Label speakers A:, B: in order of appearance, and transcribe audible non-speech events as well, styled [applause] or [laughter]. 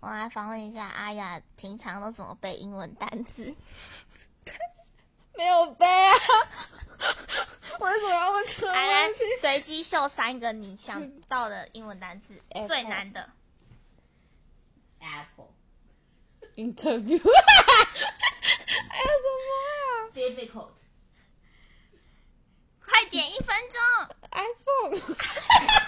A: 我来访问一下阿雅，平常都怎么背英文单词？
B: 没有背啊！ [laughs] 为什么要问这个
A: 阿来
B: 问题？
A: 随机秀三个你想到的英文单词，
B: Apple
A: 最难的。
C: Apple
B: interview [laughs] 还有什么啊
C: difficult
A: 快点，一分钟！
B: 啊？iPhone